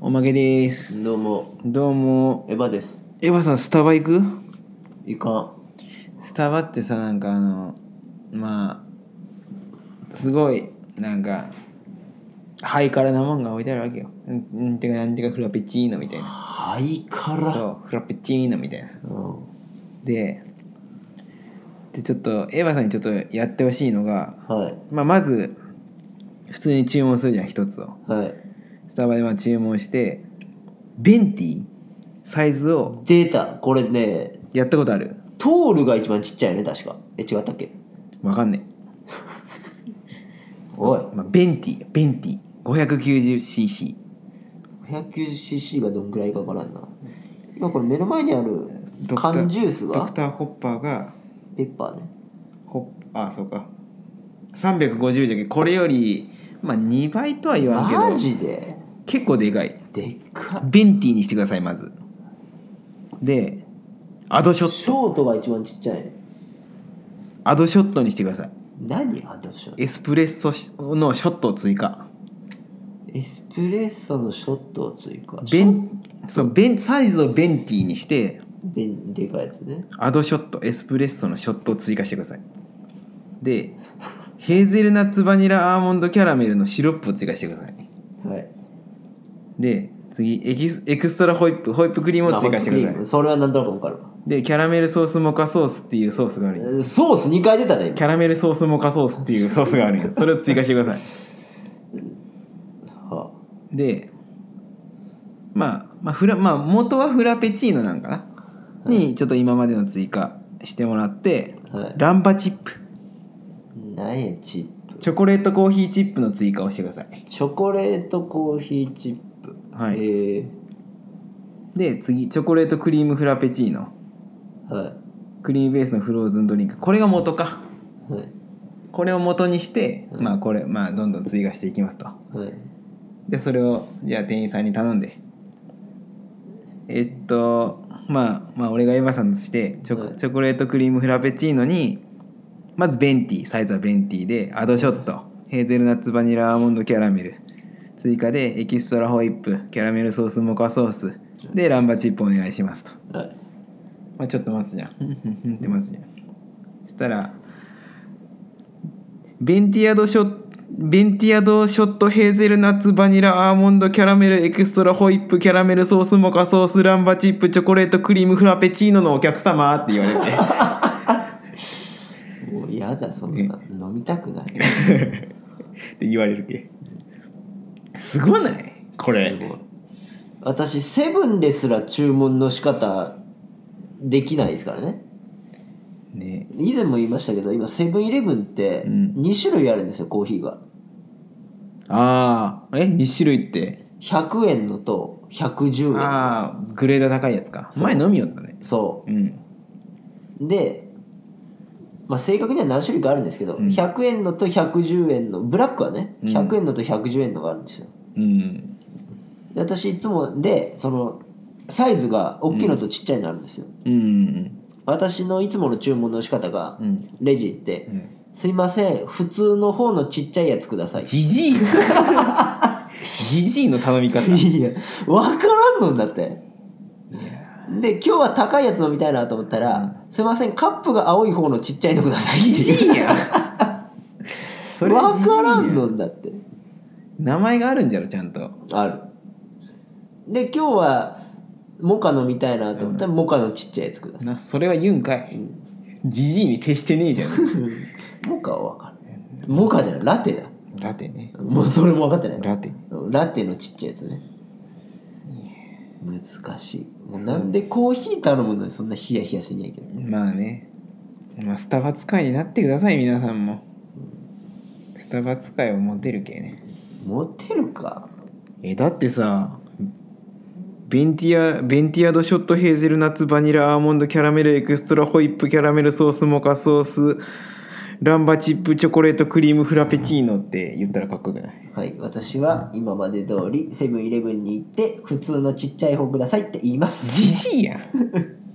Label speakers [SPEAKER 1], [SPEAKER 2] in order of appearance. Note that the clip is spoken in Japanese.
[SPEAKER 1] おまけです
[SPEAKER 2] どうも
[SPEAKER 1] どうも
[SPEAKER 2] エヴァです
[SPEAKER 1] エヴァさんスタバ行く
[SPEAKER 2] いかん
[SPEAKER 1] スタバってさなんかあのまあすごいなんかハイカラなもんが置いてあるわけようんうんてかなんてかフラペチーノみたいな
[SPEAKER 2] はいから
[SPEAKER 1] そうフラペチーノみたいな
[SPEAKER 2] うん
[SPEAKER 1] ででちょっとエヴァさんにちょっとやってほしいのが、
[SPEAKER 2] はい
[SPEAKER 1] まあ、まず普通に注文するじゃん一つを
[SPEAKER 2] はい
[SPEAKER 1] スタバでまあ注文してベンティサイズを
[SPEAKER 2] 出たこれね
[SPEAKER 1] やったことある
[SPEAKER 2] トールが一番ちっちゃいよね確かえ違ったっけ
[SPEAKER 1] わかんね
[SPEAKER 2] おい
[SPEAKER 1] え、まあ、ベンティベンティ 590cc
[SPEAKER 2] 590cc がどんぐらいかわからんな今これ目の前にある缶ジュース
[SPEAKER 1] ドク
[SPEAKER 2] は
[SPEAKER 1] ターホッパーが
[SPEAKER 2] ペッパーね
[SPEAKER 1] ホッあそうか350じゃけこれよりまあ2倍とは言わんけど
[SPEAKER 2] マジで
[SPEAKER 1] 結構でかい
[SPEAKER 2] でっか
[SPEAKER 1] ベンティにしてくださいまずでアドショッ
[SPEAKER 2] シ
[SPEAKER 1] ト
[SPEAKER 2] ョートが一番ちっちゃいね
[SPEAKER 1] アドショットにしてください
[SPEAKER 2] 何あどうしよう
[SPEAKER 1] エスプレッソのショットを追加
[SPEAKER 2] エスプレッソのショットを追加
[SPEAKER 1] ベ
[SPEAKER 2] ショ
[SPEAKER 1] ンそうベンサイズをベンティにして
[SPEAKER 2] ベンでかいやつね
[SPEAKER 1] アドショットエスプレッソのショットを追加してくださいでヘーゼルナッツバニラアーモンドキャラメルのシロップを追加してください
[SPEAKER 2] はい
[SPEAKER 1] で次エキスエクストラホイップホイップクリームを追加してくだ
[SPEAKER 2] あホイップクリー
[SPEAKER 1] さ
[SPEAKER 2] ム
[SPEAKER 1] い
[SPEAKER 2] それはなんとなくわかるわ
[SPEAKER 1] でキャラメルソースモカソースっていうソースがあ
[SPEAKER 2] え
[SPEAKER 1] るよ
[SPEAKER 2] ーソース2回出たね
[SPEAKER 1] キャラメルソースモカソースっていうソースがあるよそれを追加してください
[SPEAKER 2] 今は
[SPEAKER 1] でまあ、まあ、フラまあ元はフラペチーノなんかな、にちょっと今までの追加してもらって
[SPEAKER 2] あはい
[SPEAKER 1] ランバチップ
[SPEAKER 2] 何やチップ
[SPEAKER 1] チョコレートコーヒーチップの追加をしてください
[SPEAKER 2] チョコレートコーヒーチップ
[SPEAKER 1] はい
[SPEAKER 2] えー
[SPEAKER 1] で次チョコレートクリームフラペチーノ
[SPEAKER 2] は
[SPEAKER 1] クリームベースのフローズンドリンクこれが元か
[SPEAKER 2] いはい
[SPEAKER 1] これを元にして、
[SPEAKER 2] うん
[SPEAKER 1] まあこれまあどんどん追加していきますと
[SPEAKER 2] はい
[SPEAKER 1] でそれをじゃあ店員さんに頼んでえっとまあまあ俺がエヴァさんとしてチョ,、
[SPEAKER 2] はい
[SPEAKER 1] チョコレートクリームフラペチーノにまずベンティサイズはベンティでアドショットヘーゼルナッツバニラアーモンドキャラメル追加でエキストラホイップキャラメルソースモカソースでランバチップお願いしますと、
[SPEAKER 2] はい
[SPEAKER 1] まあ、ちょっと待つじ ゃんふんふんふんって待つじゃんそしたらベンティアドショットベンティアドショットヘーゼルナッツバニラアーモンドキャラメルエクストラホイップキャラメルソースモカソースランバチップチョコレートクリームフラペチーノのお客様って 言われて
[SPEAKER 2] もうやだそんな飲みたくない
[SPEAKER 1] って言われるけすごないこ
[SPEAKER 2] すご
[SPEAKER 1] れ
[SPEAKER 2] い私セブンですら注文の仕方できないですからね
[SPEAKER 1] ね
[SPEAKER 2] 以前も言いましたけど今セブンイレブンって
[SPEAKER 1] うん
[SPEAKER 2] 2種類あるんですよコーヒーが
[SPEAKER 1] ああえ2種類って
[SPEAKER 2] 100円のと110円
[SPEAKER 1] ああグレード高いやつか
[SPEAKER 2] そう
[SPEAKER 1] 前飲みよったね
[SPEAKER 2] そ
[SPEAKER 1] うん
[SPEAKER 2] うで、まあ、正確には何種類かあるんですけど、
[SPEAKER 1] うん
[SPEAKER 2] 100円のと110円のブラックはね
[SPEAKER 1] うん
[SPEAKER 2] 100円のと110円のがあるんですよ
[SPEAKER 1] うん
[SPEAKER 2] で私いつもでそのサイズが大きいのとちっちゃいのあるんですよ、
[SPEAKER 1] うんうん
[SPEAKER 2] 私のいつもの注文の仕方が
[SPEAKER 1] うん
[SPEAKER 2] レジ行って
[SPEAKER 1] うん
[SPEAKER 2] 「すいません普通の方のちっちゃいやつくださ い」
[SPEAKER 1] じじいじじいの頼み方
[SPEAKER 2] いや分からんのんだってで今日は高いやつ飲みたいなと思ったら「すいませんカップが青い方のちっちゃいのください」って
[SPEAKER 1] じじ
[SPEAKER 2] いう
[SPEAKER 1] いや
[SPEAKER 2] 分
[SPEAKER 1] はじじいや
[SPEAKER 2] からんのんだって
[SPEAKER 1] 名前があるんじゃろちゃんと
[SPEAKER 2] あるで今日はモカ飲みたいなと思ったら、モカのちっちゃいやつください
[SPEAKER 1] なそれは言うんかいじじいに徹してねえじゃん
[SPEAKER 2] モカは分かるモカじゃないラテだ
[SPEAKER 1] ラテね
[SPEAKER 2] もうそれも分かってない
[SPEAKER 1] ラテ
[SPEAKER 2] ラテのちっちゃいやつね難しいもうなんでコーヒー頼むのにそんなヒヤヒヤせにゃいけない
[SPEAKER 1] まあね、まあ、スタバ使いになってください皆さんもスタバ使いをモテるけね
[SPEAKER 2] モテるか
[SPEAKER 1] えだってさベンティアベンティアドショットヘーゼルナッツバニラアーモンドキャラメルエクストラホイップキャラメルソースモカソースランバチップチョコレートクリームフラペチーノって言ったらかっこよくない
[SPEAKER 2] はい私は今まで通りセブンイレブンに行って普通のちっちゃい方くださいって言います
[SPEAKER 1] じじいやん